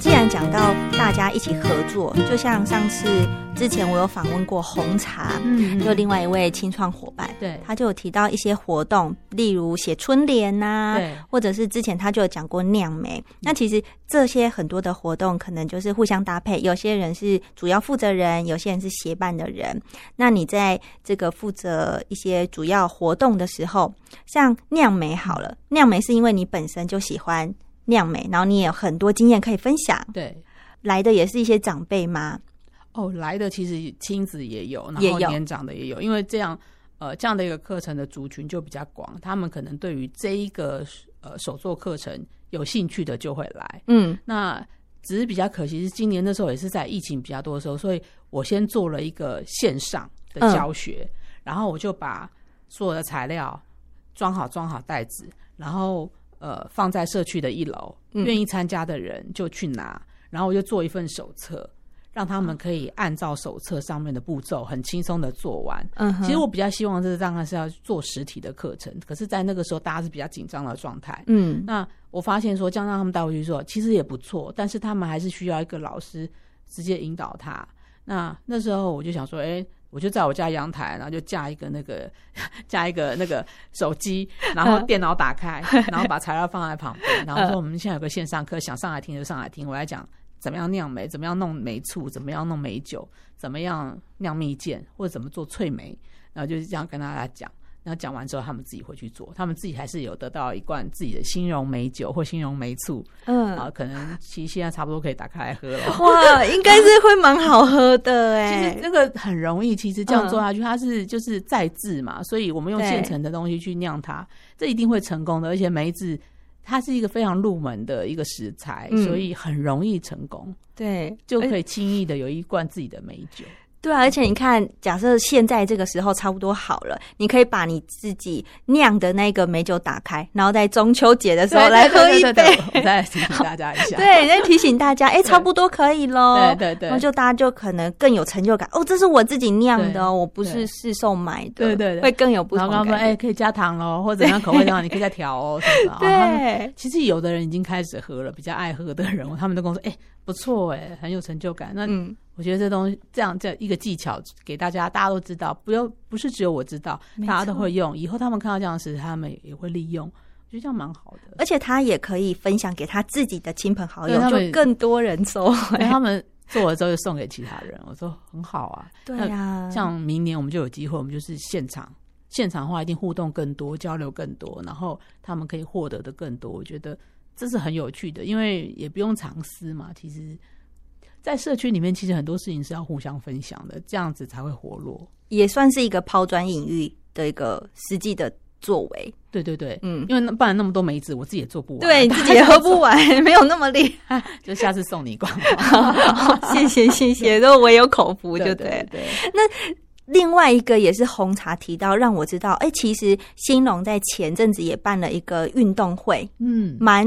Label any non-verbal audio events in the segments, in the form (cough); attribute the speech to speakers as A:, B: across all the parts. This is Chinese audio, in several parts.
A: 既然讲到大家一起合作，就像上次之前我有访问过红茶，
B: 嗯
A: 就另外一位清创伙伴，
B: 对
A: 他就有提到一些活动，例如写春联啊呐、
B: 对
A: 或者是之前他就有讲过酿梅。
B: 嗯
A: 那其实这些很多的活动，可能就是互相搭配，有些人是主要负责人，有些人是协办的人。那你在这个负责一些主要活动的时候，像酿梅好
B: 嗯
A: 了，酿梅是因为你本身就喜欢酿梅，然后你也有很多经验可以分享。
B: 对。
A: 来的也是一些长辈吗？
B: 哦，来的其实亲子也有，然
A: 也
B: 后
A: 有
B: 年长的也有，因为这样呃这样的一个课程的族群就比较广，他们可能对于这一个呃手作课程有兴趣的就会来。
A: 嗯，
B: 那只是比较可惜是今年那时候也是在疫情比较多的时候，所以我先做了一个线上的
A: 嗯
B: 教学，然后我就把所有的材料装好装好袋子，然后呃放在社区的一楼，
A: 嗯
B: 愿意参加的人就去拿，然后我就做一份手册。让他们可以按照手册上面的步骤，很轻松的做完。
A: 嗯哼
B: 其实我比较希望这当然是要做实体的课程，可是，在那个时候大家是比较紧张的状态，
A: 嗯
B: 那我发现说，这样让他们带回去做，其实也不错，但是他们还是需要一个老师直接引导他。那那时候我就想说，哎、我就在我家阳台，然后就架一个那个 (laughs) 架一个那个手机，然后电脑打开，然后把材料放在旁边，然后说我们现在有个线上课，想上来听就上来听，我来讲。怎么样酿梅？怎么样弄梅醋？怎么样弄梅酒？怎么样酿蜜饯？或者怎么做脆梅？然后就是这样跟大家讲。然后讲完之后，他们自己回去做，他们自己还是有得到一罐自己的新荣梅酒或新荣梅醋啊、
A: 嗯，
B: 可能其实现在差不多可以打开来喝
A: (laughs)
B: 了。
A: 哇，应该是会蛮好喝
B: (laughs)
A: 的
B: 其
A: 哎、嗯
B: 实那个很容易，其实这样做下去，它是就是再制嘛，所以我们用
A: 对
B: 现成的东西去酿它，这一定会成功的。而且梅子它是一个非常入门的一个食材，
A: 嗯哎
B: 所以很容易成功，
A: 对，
B: 就
A: 而
B: 可以轻易的有一罐自己的梅酒。
A: 对啊，而且你看，假设现在这个时候差不多好了，你可以把你自己酿的那个美酒打开，然后在中秋节的时候来喝一
B: 对对对对
A: 杯
B: 对。我再提醒大家一
A: (laughs)
B: 下。
A: 对，再提醒大家，哎、差不多可以喽。
B: 对对对
A: 然后就大家就可能更有成就感。哦，这是我自己酿的哦，我不是
B: 对
A: 市售买的。
B: 对对对
A: 会更有不
B: 然
A: 同
B: 后跟他
A: 感
B: 说，
A: 觉。
B: 哎、可以加糖哦，或者怎样口味怎样，你可以再调哦，什么的。哦他们
A: (laughs) 对，
B: 其实有的人已经开始喝了，比较爱喝的人，他们都跟
A: (laughs)
B: 我说，哎、不错哎、很有成就感。那
A: 嗯，
B: 我觉得这东西这样这样一个技巧给大家，大家都知道，不用不是只有我知道，
A: 没错
B: 大家都会用。以后他们看到这样的事，他们也会利用，我觉得这样蛮
A: (laughs)
B: 好的。
A: 而且他也可以分享给他自己的亲朋好友
B: 对，他
A: 就
B: 们
A: 更多人
B: (laughs)
A: 收
B: 而且
A: 回。
B: 他们做了之后就送给其他人，我说很好啊。
A: 对
B: 那
A: 啊，
B: 像明年我们就有机会，我们就是现场，现场的话一定互动更多，交流更多，然后他们可以获得的更多。我觉得这是很有趣的，因为也不用藏私嘛。其实，在社区里面，其实很多事情是要互相分享的，这样子才会活络。
A: 也算是一个抛砖引玉的一个实际的作为。
B: 对对对，
A: 嗯，
B: 因为那不然那么多梅子，我自己也做不完。
A: 对，你自己也喝不完， (laughs) 没有那么厉害。
B: (laughs) 就下次送你一罐。
A: 谢谢谢谢，都我有口福 (laughs) 就对
B: 对
A: 了。
B: 对对，
A: 另外一个也是红茶提到，让我知道，哎、其实兴隆在前阵子也办了一个运动会，
B: 嗯。
A: 蛮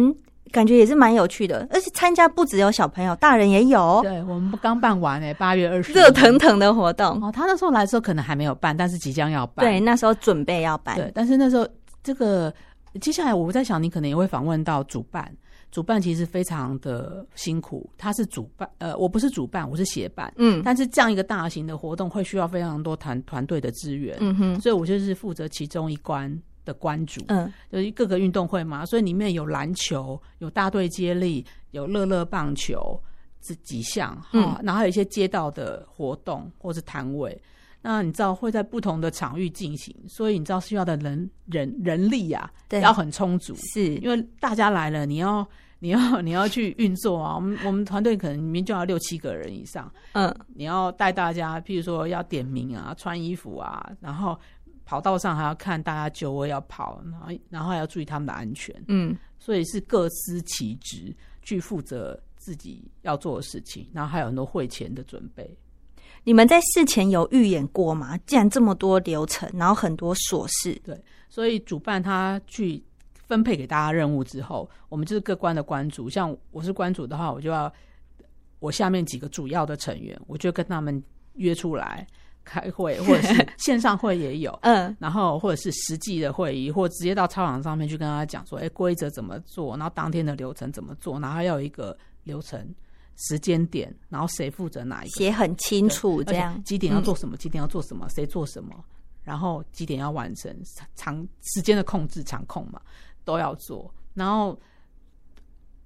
A: 感觉也是蛮有趣的，而且参加不只有小朋友，大人也有，
B: 对，我们刚办完诶、欸八月二十，
A: 热腾腾的活动。
B: 哦。他那时候来的时候可能还没有办，但是即将要办。
A: 对，那时候准备要办，
B: 对，但是那时候这个接下来我在想，你可能也会访问到主办，主办其实非常的辛苦，他是主办，呃，我不是主办，我是协办，
A: 嗯
B: 但是这样一个大型的活动会需要非常多团团队的资源，
A: 嗯哼，
B: 所以我就是负责其中一关的关主，
A: 嗯
B: 就是各个运动会嘛，所以里面有篮球，有大队接力，有乐乐棒球这几项哈、
A: 嗯
B: 然后还有一些街道的活动或是摊位。那你知道会在不同的场域进行，所以你知道需要的人人人力呀、
A: 对
B: 要很充足，
A: 是，
B: 因为大家来了，你要你要你要去运作啊。我们我们团队可能里面就要六七个人以上，
A: 嗯
B: 你要带大家，譬如说要点名啊、穿衣服啊，然后跑道上还要看大家就位要跑，然后然后还要注意他们的安全，
A: 嗯
B: 所以是各司其职去负责自己要做的事情，然后还有很多会前的准备。
A: 你们在事前有预演过吗？既然这么多流程，然后很多琐事，
B: 所以主办他去分配给大家任务之后，我们就是各关的关主。像我是关主的话，我就要我下面几个主要的成员，我就跟他们约出来，开会，或者是 (laughs) 线上会也有，
A: 嗯
B: 然后或者是实际的会议，或直接到操场上面去跟他讲说，哎，规则怎么做，然后当天的流程怎么做，然后要有一个流程、时间点，然后谁负责哪一个，
A: 写很清楚这
B: 而且
A: 样。嗯
B: 几点要做什么，几点要做什么，谁做什么，然后几点要完成，长时间的控制、场控嘛，都要做。然后，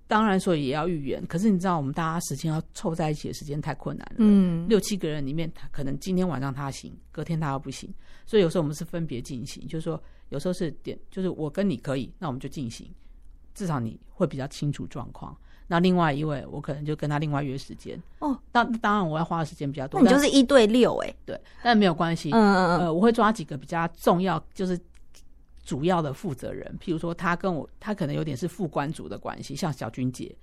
B: 当然说也要预演，可是你知道，我们大家时间要凑在一起的时间太困难了。
A: 嗯，
B: 六七个人里面，他可能今天晚上他行，隔天他又不行，所以有时候我们是分别进行，就是说有时候是点，就是我跟你可以，那我们就进行，至少你会比较清楚状况。那另外一位，我可能就跟他另外约时间。
A: 哦，
B: 当当然我要花的时间比较多，
A: 那你就
B: 但
A: 是一对六哎、
B: 对，但没有关系。
A: 嗯嗯嗯，
B: 呃，我会抓几个比较重要，就是主要的负责人，譬如说他跟我，他可能有点是副官主的关系，像小军姐，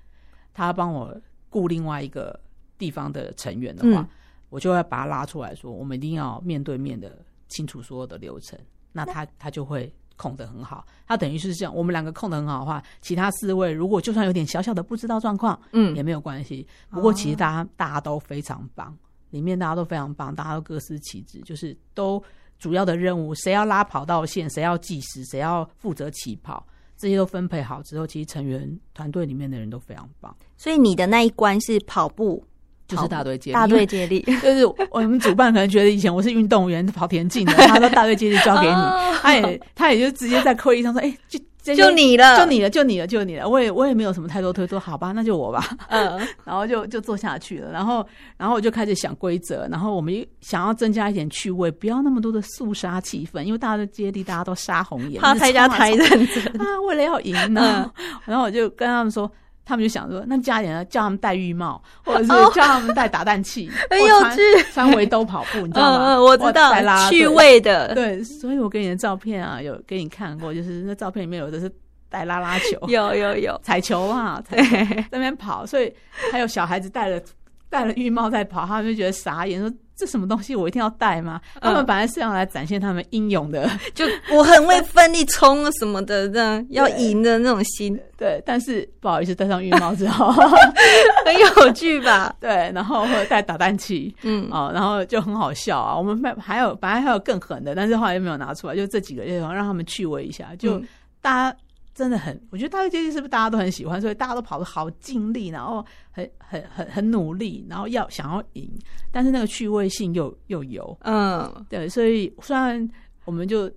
B: 他帮我雇另外一个地方的成员的话，
A: 嗯
B: 我就会把他拉出来说，我们一定要面对面的清楚所有的流程，那他他就会。控得很好，他等于是这样，我们两个控得很好的话，其他四位如果就算有点小小的不知道状况，
A: 嗯
B: 也没有关系。不过其实
A: 哦
B: 大家、大家都非常棒，里面大家都非常棒，大家都各司其职，就是都主要的任务，谁要拉跑道线，谁要计时，谁要负责起跑，这些都分配好之后，其实成员团队里面的人都非常棒，
A: 所以你的那一关是跑步，
B: 就是大队接力。
A: 大队接力，
B: 就是我们主办可能觉得以前我是运动员跑田径的，他说大队接力交给你，
A: 哦
B: 他也他也就直接在会议上说，哎、 (laughs) 就这些
A: 就你了，
B: 就，你了，就你了，就你了。我也我也没有什么太多推脱，好吧，那就我吧。
A: 嗯，
B: 然后就就做下去了。然后，然后我就开始想规则，然后我们又想要增加一点趣味，不要那么多的肃杀气氛，因为大家都接力，大家都杀红
A: (laughs)
B: 眼，
A: 怕大家嗯太
B: 一直
A: 认真，
B: 冲啊，冲啊为了要
A: (laughs)
B: 赢呢。然后我就跟他们说。他们就想说，那加一点啊，叫他们戴浴帽，或者是
A: 哦
B: 叫他们戴打蛋器，
A: (laughs) 很
B: 或
A: 有
B: 穿
A: 趣，
B: 穿围兜跑步，你知道
A: 嗯
B: 吗？
A: 嗯，我知
B: 或带拉
A: 道，
B: 队
A: 趣味的，
B: 对，所以我给你的照片啊，有给你看过，就是那照片里面有的是带啦啦
A: (laughs)
B: 球，
A: 有有有，
B: 彩球啊，彩球在那边跑，所以还有小孩子戴了戴了浴帽在跑，他们就觉得傻眼，说这什么东西我一定要戴吗？他们本来是要来展现他们英勇的， (laughs)
A: 就我很会奋力冲什么的，这样要赢的那种心，
B: 对，但是不好意思，戴上浴帽之后， (laughs)
A: 很有趣吧？
B: 对，然后或者戴打蛋器。
A: 嗯，
B: 哦，然后就很好笑啊！我们还还有，本来还有更狠的，但是后来又没有拿出来，就这几个就想让他们趣味一下，就
A: 嗯
B: 大家真的很，我觉得大家接力是不是大家都很喜欢，所以大家都跑得好尽力，然后很很很很努力，然后要想要赢，但是那个趣味性又又有，
A: 嗯，
B: 对，所以虽然我们就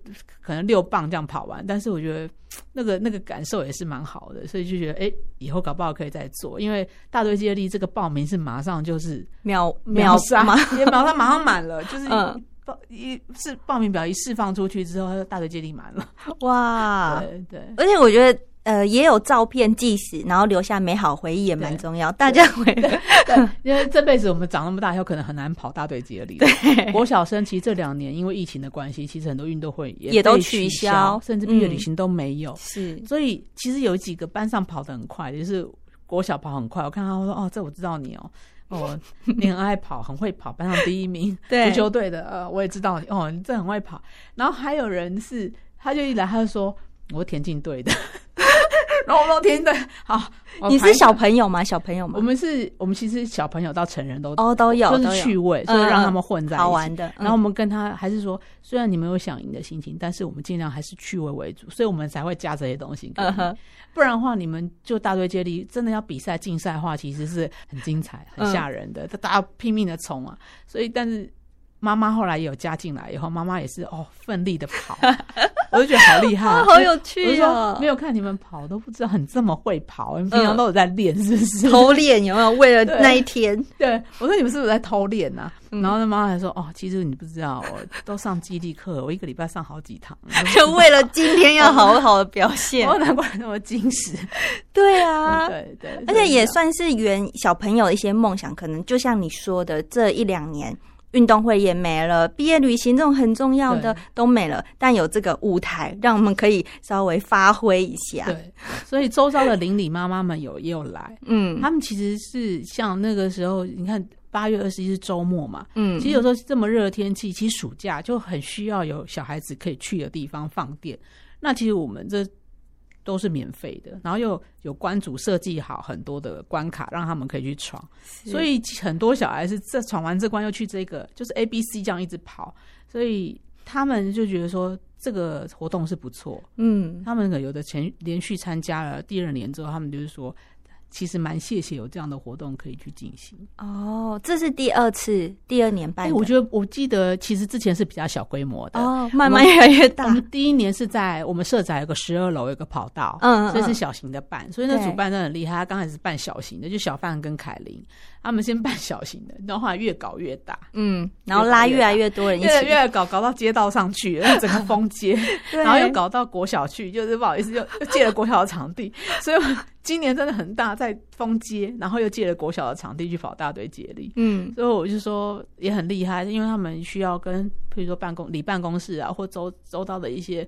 B: 可能六棒这样跑完，但是我觉得那个那个感受也是蛮好的，所以就觉得哎、诶以后搞不好可以再做，因为大队接力这个报名是马上就是
A: 秒
B: 秒
A: (laughs)
B: 杀
A: 嘛，，
B: 也马上马上满
A: (laughs)
B: 了，就是
A: 嗯
B: 报一是报名表一释放出去之后，大队接力满了，
A: 哇！
B: 对对。 (laughs)
A: 而且我觉得。呃，也有照片纪实，然后留下美好回忆也蛮重要。大家回
B: 对，因为这辈子我们长那么大以后，可能很难跑大队接力。 (laughs) 国小生其实这两年因为疫情的关系，其实很多运动会也
A: 也都
B: 被
A: 取
B: 取
A: 消
B: 甚至毕业
A: 嗯
B: 旅行都没有。
A: 是
B: 所以其实有几个班上跑得很快，就是国小跑很快。我看他我说哦，这我知道你
A: (laughs)
B: 哦。哦，你很爱跑，很会跑，班上第一名，
A: (laughs) 对
B: 足球队的，呃，我也知道你，哦，你真的很会跑。然后还有人是，他就一来他就说，我是田径队的， (laughs) 然后我说田径队，好，我
A: 你
B: 排
A: 是小朋友吗？小朋友吗
B: 我？们是，我们其实小朋友到成人都
A: 哦，都有，
B: 就
A: 都
B: 是
A: 有
B: 趣味，
A: 嗯
B: 所以让他们混在一起。
A: 好玩嗯的。
B: 然后我们跟他还是说，虽然你们有想赢的心情，但是我们尽量还是趣味为主，所以我们才会加这些东西给你。
A: 嗯哼
B: 不然的话，你们就大队接力，真的要比赛竞赛的话，其实是很精彩、很吓人
A: 嗯
B: 的，大家拼命的冲啊。所以，但是妈妈后来也有加进来以后，妈妈也是哦，奋力的
A: (laughs)
B: 跑，我就觉得好厉害、
A: 啊，(laughs)
B: 啊，
A: 好有
B: 我就
A: 趣
B: 说
A: 哦
B: 没，有看你们跑都不知道你这么会跑，你们平常都有在练是不是？
A: 偷练有没 (laughs) 有？为了
B: 对
A: 那一天， (laughs)
B: 对，我说你们是不是在偷练呐、
A: 嗯
B: 然后那妈妈还说，哦，其实你不知道，我都上基地课，我一个礼拜上好几
A: (laughs)
B: 堂，
A: 就为了今天要好好的表现
B: 我。难怪那么精实。
A: 对啊，
B: 哦对对，
A: 而
B: 所
A: 且
B: 以
A: 也
B: 这样
A: 算是圆小朋友一些梦想，可能就像你说的，这一两年运动会也没了，毕业旅行这种很重要的
B: 对
A: 都没了，但有这个舞台，让我们可以稍微发挥一下。
B: 对，所以周遭的邻里妈妈们有也有来，
A: 嗯
B: 他们其实是像那个时候，你看八月二十一是周末嘛，
A: 嗯，
B: 其实有时候这么热的天气，其实暑假就很需要有小孩子可以去的地方放电。那其实我们这都是免费的，然后又有关主设计好很多的关卡，让他们可以去闯。所以很多小孩是这闯完这关又去这个，就是 A、B、C 这样一直跑，所以他们就觉得说这个活动是不错。
A: 嗯，
B: 他们可能有的前连续参加了第二年之后，他们就是说，其实蛮谢谢有这样的活动可以去进行。
A: 哦，这是第二次，第二年办
B: 哎、
A: 的，
B: 我觉得我记得其实之前是比较小规模的。
A: 哦，慢慢越来越
B: 我
A: 大，
B: 们第一年是在我们社宅有个十二楼有个跑道，
A: 嗯嗯
B: 所以是小型的办，所以那
A: 对
B: 主办真的很厉害。他刚开始是办小型的，就小范跟凯琳，他们先办小型的，然后后来越搞越大，
A: 嗯，然后拉越来越多 (laughs) 人一
B: 越来
A: 起，
B: 越 (laughs) 搞搞到街道上去，然后整个封街，
A: 对
B: 然后又搞到国小去，就是不好意思，又又借了国小的场地，所以我今年真的很大，在封街，然后又借了国小的场地去跑大队接力。
A: 嗯，
B: 所以我就说也很厉害，因为他们需要跟比如说办公里办公室啊，或周周到的一些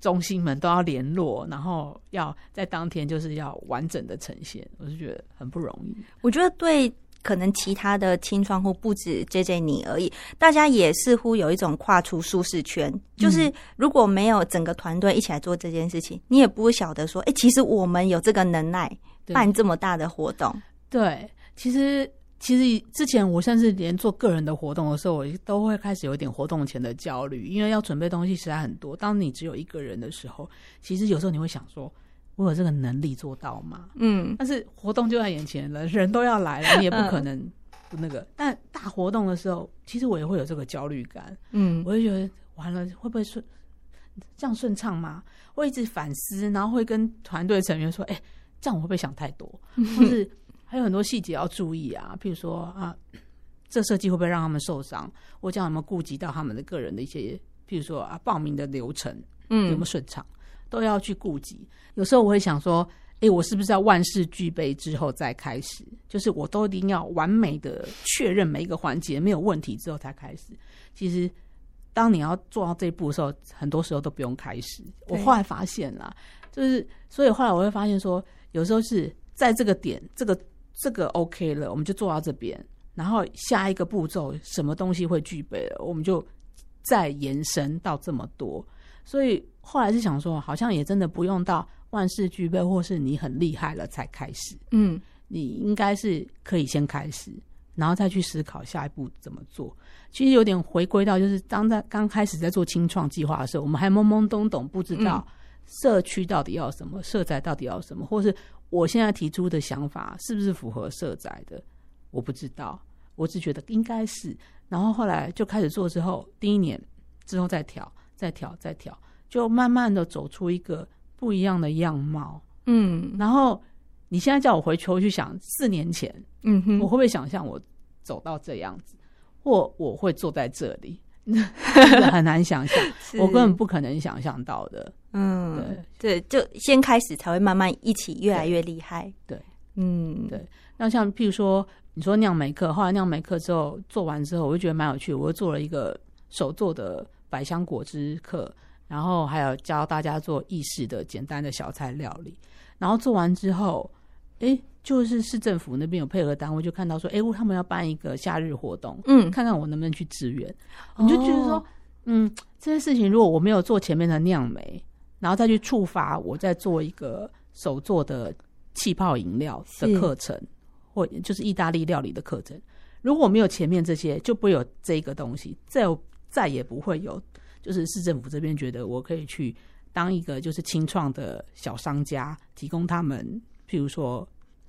B: 中心们都要联络，然后要在当天就是要完整的呈现，我就觉得很不容易。
A: 我觉得对可能其他的清窗户不止 J J 你而已，大家也似乎有一种跨出舒适圈，就是如果没有整个团队一起来做这件事情，你也不会晓得说，哎、其实我们有这个能耐
B: 对
A: 办这么大的活动，
B: 对，其实其实之前我甚至连做个人的活动的时候，我都会开始有点活动前的焦虑，因为要准备东西实在很多。当你只有一个人的时候，其实有时候你会想说，我有这个能力做到吗？
A: 嗯，
B: 但是活动就在眼前了，人都要来了，你也不可能不那个。但大活动的时候，其实我也会有这个焦虑感，
A: 嗯，
B: 我会觉得完了会不会顺这样顺畅吗？我一直反思，然后会跟团队成员说：“哎、这样我会不会想太多？”或是还有很多细节要注意啊，譬如说啊，这设计会不会让他们受伤？我这样有没有顾及到他们的个人的一些，譬如说啊，报名的流程？有没有
A: 嗯，
B: 顺畅，都要去顾及。有时候我会想说，诶，我是不是要万事俱备之后再开始？就是我都一定要完美的确认每一个环节没有问题之后才开始。其实，当你要做到这一步的时候，很多时候都不用开始。我
A: 对
B: 后来发现啦，就是所以后来我会发现说，有时候是在这个点，这个这个 OK 了，我们就做到这边。然后下一个步骤什么东西会具备了，我们就再延伸到这么多。所以后来是想说，好像也真的不用到万事俱备，或是你很厉害了才开始，
A: 嗯，
B: 你应该是可以先开始，然后再去思考下一步怎么做。其实有点回归到，就是当在刚开始在做清创计划的时候，我们还懵懵懂懂，不知道社区到底要什么，社宅到底要什么，或是我现在提出的想法是不是符合社宅的，我不知道，我只觉得应该是。然后后来就开始做之后，第一年之后再调，再调，再调，就慢慢的走出一个不一样的样貌。
A: 嗯，
B: 然后你现在叫我回头去想四年前，
A: 嗯哼
B: 我会不会想象我走到这样子，或我会坐在这里？真的很难想象，我根本不可能想象到的。
A: 嗯，对，就先开始才会慢慢一起越来越厉害，
B: 对对，
A: 嗯，
B: 对那像譬如说，你说酿梅课，后来酿梅课之后做完之后，我就觉得蛮有趣，我又做了一个手做的百香果汁课，然后还有教大家做意式的简单的小菜料理。然后做完之后，诶，就是市政府那边有配合单位，就看到说，诶，他们要办一个夏日活动，
A: 嗯，
B: 看看我能不能去支援。你就觉得说，
A: 哦
B: 嗯，这件事情如果我没有做前面的酿梅，然后再去触发我再做一个手做的气泡饮料
A: 是
B: 的课程，或就是意大利料理的课程，如果我没有前面这些，就不会有这个东西，再有再也不会有，就是市政府这边觉得我可以去当一个就是清创的小商家，提供他们譬如说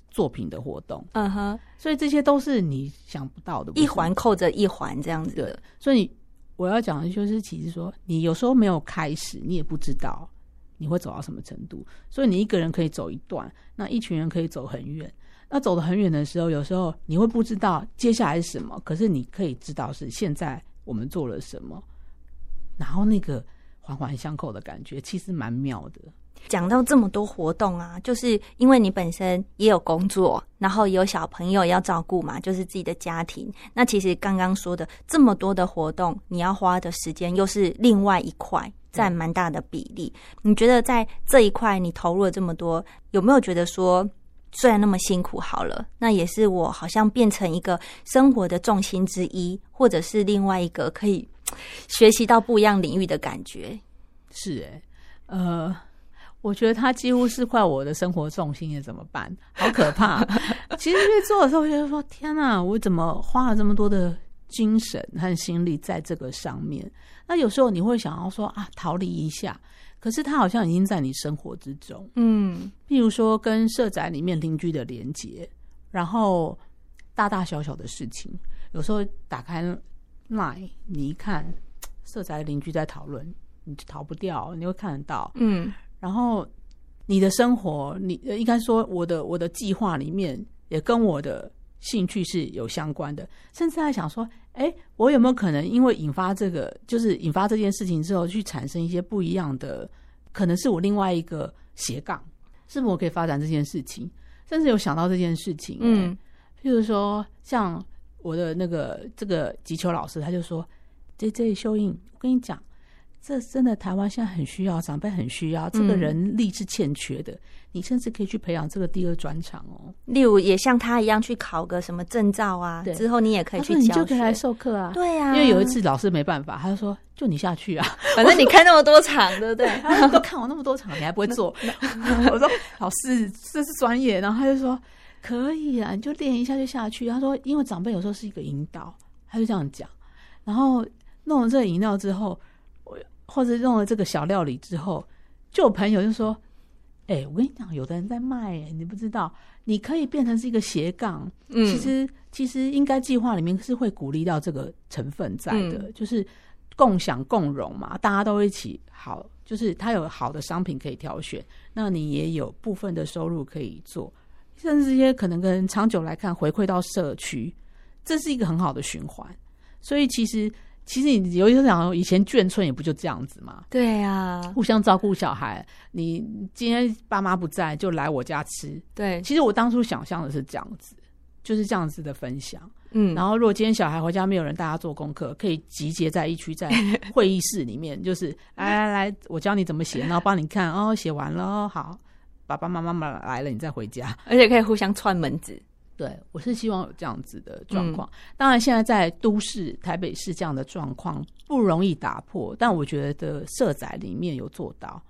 B: 作品的活动，
A: 嗯哼，
B: 所以这些都是你想不到的，不
A: 一
B: 是吗
A: 环扣着一环这样子的
B: 对，所以我要讲的就是，其实说你有时候没有开始，你也不知道你会走到什么程度。所以你一个人可以走一段，那一群人可以走很远。那走得很远的时候，有时候你会不知道接下来是什么，可是你可以知道是现在我们做了什么，然后那个环环相扣的感觉其实蛮妙的。
A: 讲到这么多活动啊，就是因为你本身也有工作，然后也有小朋友要照顾嘛，就是自己的家庭。那其实刚刚说的这么多的活动，你要花的时间又是另外一块占蛮大的比例。你觉得在这一块你投入了这么多，有没有觉得说？虽然那么辛苦，好了，那也是我好像变成一个生活的重心之一，或者是另外一个可以学习到不一样领域的感觉。
B: 欸是哎、呃，我觉得它几乎是快我的生活重心耶，怎么办？好可怕！其实越做的时候，我觉得说天哪、我怎么花了这么多的精神和心力在这个上面？那有时候你会想要说啊，逃离一下，可是它好像已经在你生活之中。
A: 嗯
B: 譬如说跟社宅里面邻居的连接，然后大大小小的事情，有时候打开 Line，你一看社宅邻居在讨论，你就逃不掉，你会看得到。
A: 嗯
B: 然后你的生活，你呃应该说我的我的计划里面也跟我的兴趣是有相关的，甚至还想说，哎，我有没有可能因为引发这个，就是引发这件事情之后，去产生一些不一样的，可能是我另外一个斜杠，是不是我可以发展这件事情？甚至有想到这件事情，哎
A: 嗯，
B: 譬如说，像我的那个这个吉球老师，他就说：“J J 秀英，我跟你讲，这真的台湾现在很需要，长辈很需要，这个
A: 嗯
B: 人力是欠缺的，你甚至可以去培养这个第二专长哦。
A: 例如也像他一样去考个什么证照啊
B: 对，
A: 之后你也可
B: 他
A: 以
B: 说
A: 去
B: 你
A: 教
B: 就
A: 学。
B: 可以来授课啊。”
A: 对啊，
B: 因为有一，次老师没办法，他就说：“就你下去啊！
A: 反正你看那么多场，对 (laughs) 不对？
B: 他说都看我那么多场，你还不会做？”我说：“ (laughs) 老师，这是专业。”然后他就说：“可以啊，你就练一下就下去。”他说：“因为长辈有时候是一个引导，他就这样讲。然后弄了这个饮料之后，我或者弄了这个小料理之后，就有朋友就说：“哎、我跟你讲，有的人在卖、哎，你不知道，你可以变成是一个斜杠。
A: 嗯，
B: 其实其实应该计划里面是会鼓励到这个成分在的，
A: 嗯
B: 就是共享共荣嘛，大家都一起好，就是它有好的商品可以挑选，那你也有部分的收入可以做，甚至这些可能跟长久来看回馈到社区，这是一个很好的循环。所以其实其实你有一想，以前眷村也不就这样子嘛，
A: 对啊，
B: 互相照顾小孩，你今天爸妈不在就来我家吃，
A: 对，
B: 其实我当初想象的是这样子，就是这样子的分享。
A: 嗯，
B: 然后，如果今天小孩回家没有人带他做功课，可以集结在一区，在会议室里面， (laughs) 就是来来来，我教你怎么写，然后帮你看哦，写完了哦，好，爸爸妈妈妈来了，你再回
A: (laughs)
B: 家。
A: 而且可以互相串门子。
B: 对，我是希望有这样子的状况。当然，现在在都市台北市这样的状况不容易打破，但我觉得社宅里面有做到，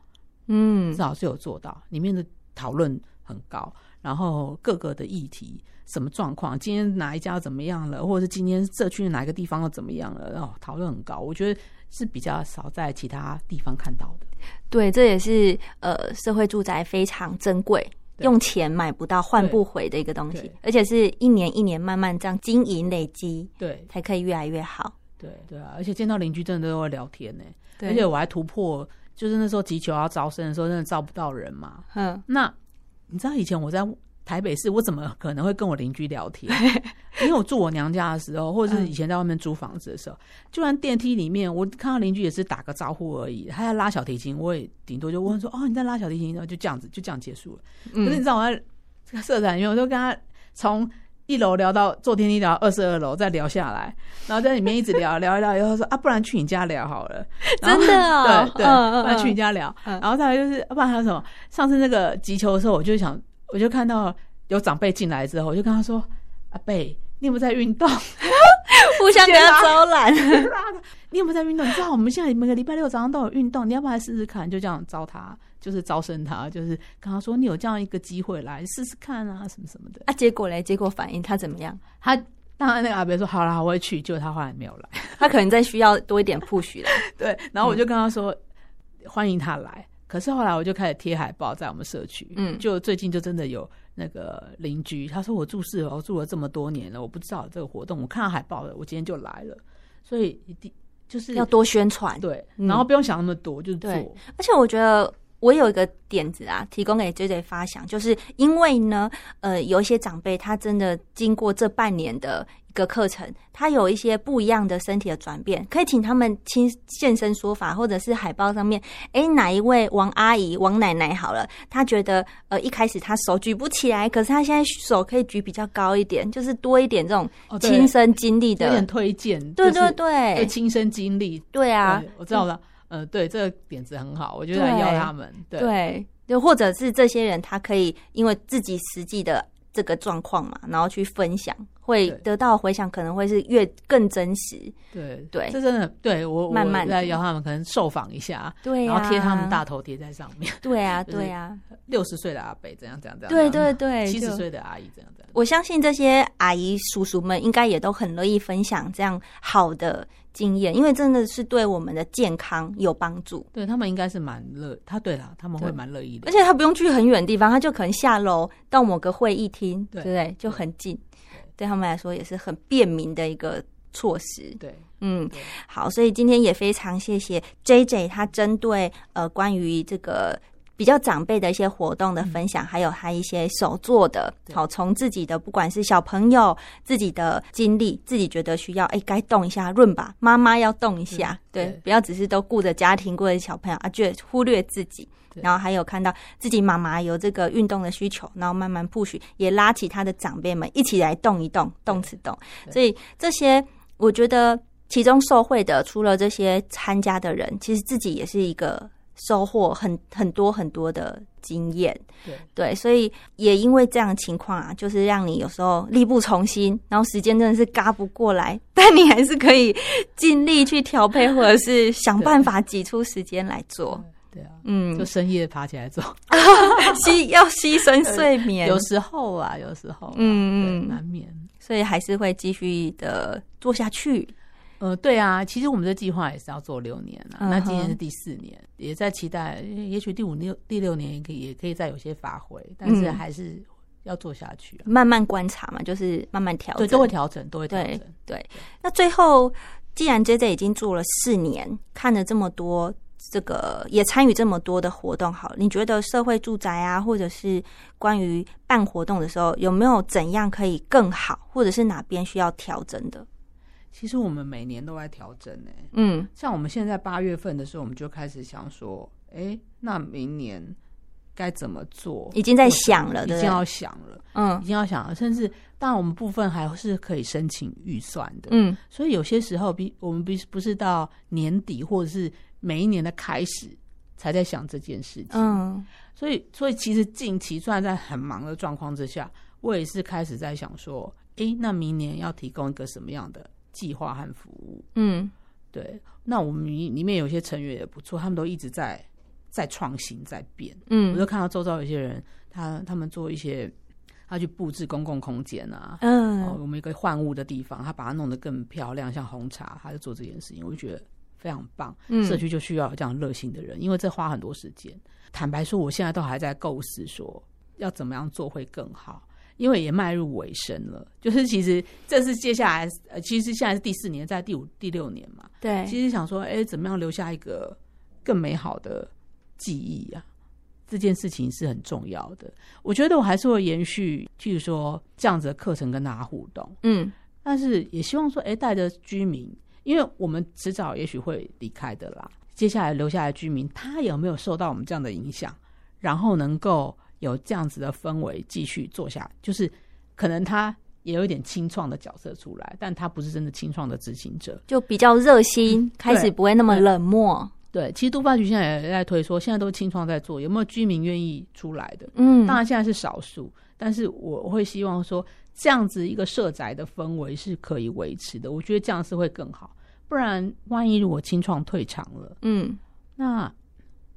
A: 嗯
B: 至，少是有做到，里面的讨论很高，然后各个的议题什么状况，今天哪一家怎么样了，或者是今天社区哪一个地方又怎么样了，然后讨论很高，我觉得是比较少在其他地方看到的。
A: 对，这也是呃社会住宅非常珍贵。
B: 对
A: 用钱买不到、换不回的一个东西
B: 对，
A: 而且是一年一年慢慢这样经营累积，
B: 对
A: 才可以越来越好。
B: 对对啊，而且见到邻居真的都会聊天呢、
A: 对
B: 而且我还突破，就是那时候急求要招生的时候，真的招不到人嘛。
A: 嗯，
B: 那你知道以前我在台北市，我怎么可能会跟我邻居聊天？因为我住我娘家的时候，或者是以前在外面租房子的时候，就算电梯里面，我看到邻居也是打个招呼而已。他在拉小提琴，我也顶多就问说：“哦，你在拉小提琴？”然 (laughs) 后就这样子，就这样结束了。可
A: 嗯
B: 是你知道我在这个社团里面，我就跟他从。一楼聊到坐电梯聊二十二楼，再聊下来，然后在里面一直聊聊一聊，以后说啊，不然去你家聊好了，然后
A: 真的哦
B: (laughs) 对对，
A: 嗯嗯
B: 不然去
A: 嗯
B: 你家聊，
A: 嗯
B: 然后再来就是，不然还有什么？上次那个急球的时候，我就想，我就看到有长辈进来之后，我就跟他说：“阿贝，你有没有在运动？ (laughs)
A: 互相给他招揽， (laughs)
B: 你有没有在运动？你知道我们现在每个礼拜六早上都有运动，你要不要来试试看？”就这样招他，就是招生他，就是跟他说：“你有这样一个机会来试试看啊，什么什么的。
A: 啊，结果嘞，结果反应他怎么样？”
B: 他当然那个阿贝说：“好啦，我会去。”结果他后来没有来。 (laughs)
A: 他可能再需要多一点 push 啦。
B: 对，然后我就跟他说、欢迎他来。可是后来我就开始贴海报在我们社区，
A: 嗯
B: 就最近就真的有那个邻居，他说我住四楼住了这么多年了，我不知道有这个活动，我看到海报了，我今天就来了，所以一定就是
A: 要多宣传。
B: 对，
A: 嗯
B: 然后不用想那么多，就是做，
A: 对而且我觉得我有一个点子啊，提供给 J J 发想，就是因为呢，呃，有一些长辈他真的经过这半年的一个课程，他有一些不一样的身体的转变，可以请他们亲现身说法，或者是海报上面，诶，哪一位王阿姨、王奶奶好了，她觉得呃一开始她手举不起来，可是她现在手可以举比较高一点，就是多一点这种
B: 哦对
A: 亲身经历
B: 有
A: 的，
B: 点推荐，
A: 对
B: 就
A: 对
B: 是
A: 对啊
B: 对，亲身经历，
A: 对啊，
B: 对，我知道了。呃，对，这个点子很好，我觉得
A: 对
B: 要他们，对，
A: 对，就或者是这些人他可以因为自己实际的这个状况嘛，然后去分享，会
B: 对
A: 得到回响，可能会是越更真实。
B: 对
A: 对
B: 这真的对我
A: 慢慢
B: 我
A: 地
B: 来邀他们可能受访一下，
A: 对
B: 然后贴他们大
A: 大，
B: 头贴在上面， (laughs)
A: 对啊，
B: 就是
A: 对啊，
B: 六十岁的阿伯怎样怎样怎样，
A: 对啊对对，
B: 七十
A: 就
B: 岁的阿姨怎样怎样，
A: 我相信这些阿姨叔叔们应该也都很乐意分享这样好的经验，因为真的是对我们的健康有帮助。
B: 对他们应该是蛮乐，他对啦，他们会
A: 对
B: 蛮乐意的，
A: 而且他不用去很远的地方，他就可能下楼到某个会议厅，
B: 对
A: 对不对？就很近，对他们来说也是很便民的一个措施。
B: 对
A: 嗯
B: 对，
A: 好，所以今天也非常谢谢 J J 他针对呃关于这个。比较长辈的一些活动的分享，还有他一些手做的，
B: 嗯对
A: 好，从自己的不管是小朋友自己的经历，自己觉得需要，哎、该动一下润吧，妈妈要动一下，
B: 嗯
A: 对
B: 对，
A: 不要只是都顾着家庭，顾着小朋友啊，就忽略自己。
B: 对
A: 然后还有看到自己妈妈有这个运动的需求，然后慢慢 push，也拉起她的长辈们一起来动一动，动次动。
B: 对
A: 所以这些我觉得其中受惠的，除了这些参加的人，其实自己也是一个收获很很多很多的经验。
B: 对
A: 对，所以也因为这样的情况啊，就是让你有时候力不从心，然后时间真的是嘎不过来， (laughs) 但你还是可以尽力去调配，或者是想办法挤出时间来做。
B: 对啊，
A: 嗯
B: 就，
A: (laughs)
B: 深夜爬起来做，
A: 牺要牺牲睡眠
B: 有，时候啊，有时候啊，
A: 嗯嗯
B: 对难免。
A: 所以还是会继续的做下去。
B: 呃，对啊，其实我们这计划也是要做六年啊，
A: 嗯哼
B: 那今年是第四年，也在期待，也许第五、六、第六年也可以，也可以再有些发挥，但是
A: 嗯
B: 还是要做下去啊。
A: 慢慢观察嘛，就是慢慢调
B: 对，
A: 整。
B: 都会调整，都会调
A: 对
B: 整。
A: 对。那最后，既然 J J 已经做了四年，看了这么多，这个也参与这么多的活动，好了，你觉得社会住宅啊，或者是关于办活动的时候，有没有怎样可以更好，或者是哪边需要调整的？
B: 其实我们每年都在调整欸呢、
A: 嗯
B: 像我们现在八月份的时候，我们就开始想说，哎，那明年该怎么做？
A: 已经在想了
B: 已
A: 对不
B: 经
A: 对
B: 要想了，
A: 嗯
B: 已经要想了，甚至当然我们部分还是可以申请预算的。
A: 嗯
B: 所以有些时候，比我们不是不是到年底或者是每一年的开始才在想这件事情。，
A: 嗯
B: 所以所以其实近期虽然在很忙的状况之下，我也是开始在想说，诶，那明年要提供一个什么样的计划和服务？
A: 嗯
B: 对，那我们里里面有些成员也不错，他们都一直在在创新在变。我
A: 嗯
B: 就看到周遭有些人，他他们做一些，他去布置公共空间啊，哦，
A: 嗯，
B: 我们一个换物的地方，他把它弄得更漂亮，像红茶，他就做这件事情，我就觉得非常棒。
A: 嗯
B: 社区就需要有这样热心的人，因为这花很多时间。坦白说，我现在都还在构思说要怎么样做会更好，因为也迈入尾声了。就是其实这是接下来，呃，其实现在是第四年，在第五、第六年嘛，
A: 对，
B: 其实想说，哎，怎么样留下一个更美好的记忆啊？这件事情是很重要的。我觉得我还是会延续，譬如说这样子的课程跟大家互动，
A: 嗯
B: 但是也希望说，哎，带着居民，因为我们迟早也许会离开的啦。接下来留下来的居民，他有没有受到我们这样的影响？然后能够有这样子的氛围继续做下，就是可能他也有一点清创的角色出来，但他不是真的清创的执行者。
A: 就比较热心，开始不会那么冷漠。
B: 对，其实都发局现在也在推说，现在都是清创在做，有没有居民愿意出来的？
A: 嗯，
B: 当然现在是少数，但是我我会希望说，这样子一个社宅的氛围是可以维持的，我觉得这样是会更好。不然，万一如果清创退场了，
A: 嗯，
B: 那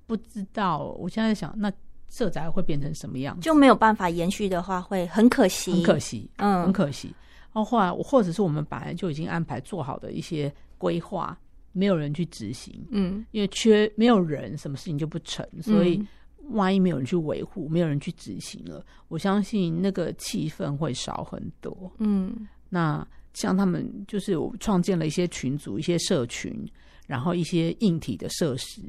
B: 不知道，我现在想，那社宅会变成什么样子？
A: 就没有办法延续的话，会很可惜，
B: 很可惜，很
A: 嗯
B: 可惜。然后后来，或者是我们本来就已经安排做好的一些规划，没有人去执行，
A: 嗯，
B: 因为缺没有人，什么事情就不成，所以
A: 嗯
B: 万一没有人去维护，没有人去执行了，我相信那个气氛会少很多。
A: 嗯
B: 那像他们就是我创建了一些群组、一些社群，然后一些硬体的设施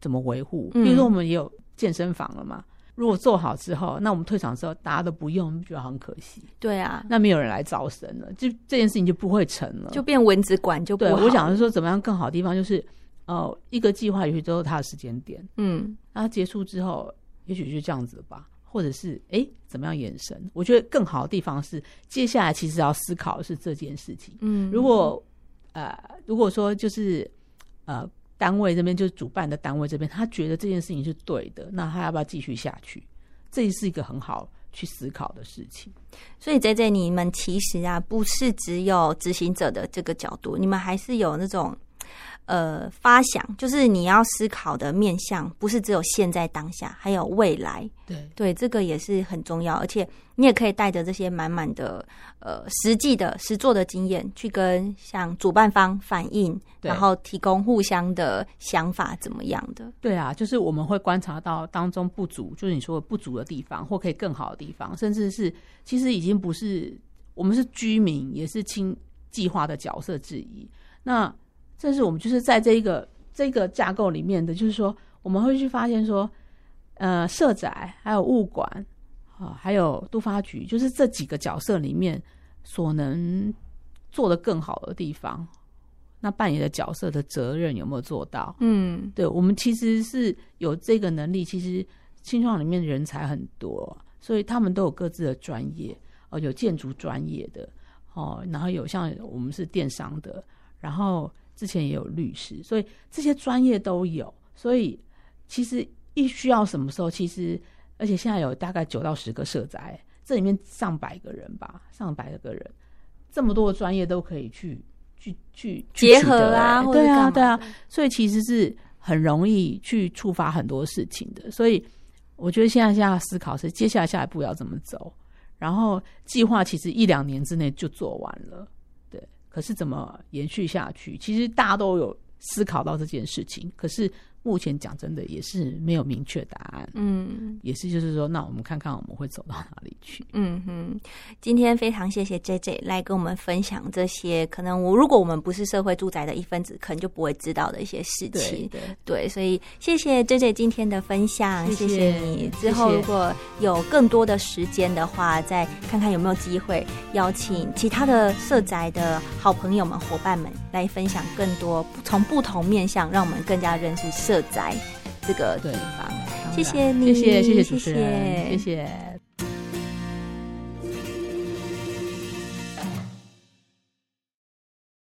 B: 怎么维护？
A: 嗯
B: 比如说我们也有健身房了嘛。如果做好之后，那我们退场之后大家都不用，觉得很可惜。
A: 对啊，
B: 那没有人来招生了，就这件事情就不会成了。
A: 就变蚊子馆就不
B: 对
A: 好。
B: 我想，是说，怎么样更好的地方就是，呃，一个计划也许都有它的时间点，
A: 嗯
B: 那它结束之后，也许就这样子吧，或者是哎、诶怎么样延伸？我觉得更好的地方是，接下来其实要思考的是这件事情。
A: 嗯，
B: 如果呃，如果说就是呃，单位这边就是主办的单位这边，他觉得这件事情是对的，那他要不要继续下去？这是一个很好去思考的事情。
A: 所以 J J，你们其实啊，不是只有执行者的这个角度，你们还是有那种呃发想，就是你要思考的面向，不是只有现在当下，还有未来。
B: 对，
A: 对，这个也是很重要，而且你也可以带着这些满满的呃实际的实做的经验，去跟像主办方反映，
B: 对
A: 然后提供互相的想法怎么样的。
B: 对啊，就是我们会观察到当中不足，就是你说的不足的地方，或可以更好的地方，甚至是其实已经不是我们是居民，也是清计划的角色之一。那这是我们就是在这个这个架构里面的，就是说我们会去发现说，呃，社宅还有物管啊、还有都发局，就是这几个角色里面所能做得更好的地方，那扮演的角色的责任有没有做到？
A: 嗯，
B: 对我们其实是有这个能力，其实青创里面人才很多，所以他们都有各自的专业，哦，有建筑专业的，哦，然后有像我们是电商的，然后之前也有律师，所以这些专业都有，所以其实一需要什么时候，其实而且现在有大概九到十个社宅，这里面上百个人吧，上百个人，这么多的专业都可以去。去去去
A: 结
B: 取
A: 合
B: 得
A: 啊
B: 哎
A: 或者
B: 对
A: 干嘛
B: 啊，对啊
A: 的，
B: 所以其实是很容易去触发很多事情的。所以我觉得现在现在思考是接下来下一步要怎么走，然后计划其实一两年之内就做完了，对。可是怎么延续下去？其实大家都有思考到这件事情，可是目前讲真的也是没有明确答案，
A: 嗯。
B: 也是就是说，那我们看看我们会走到哪里去。
A: 嗯哼，今天非常谢谢 J J 来跟我们分享这些，可能我如果我们不是社会住宅的一分子，可能就不会知道的一些事
B: 对
A: 情。
B: 对，
A: 对，所以谢谢 J J 今天的分享，
B: 谢
A: 谢
B: 谢
A: 你。
B: 谢
A: 之后
B: 谢
A: 如果有更多的时间的话，再看看有没有机会邀请其他的社宅的好朋友们、伙伴们来分享更多从不同面向，让我们更加认识社宅这个地
B: 对
A: 方。
B: 当然
A: 谢谢你
B: 谢谢谢谢主持
A: 谢谢
B: 人，谢谢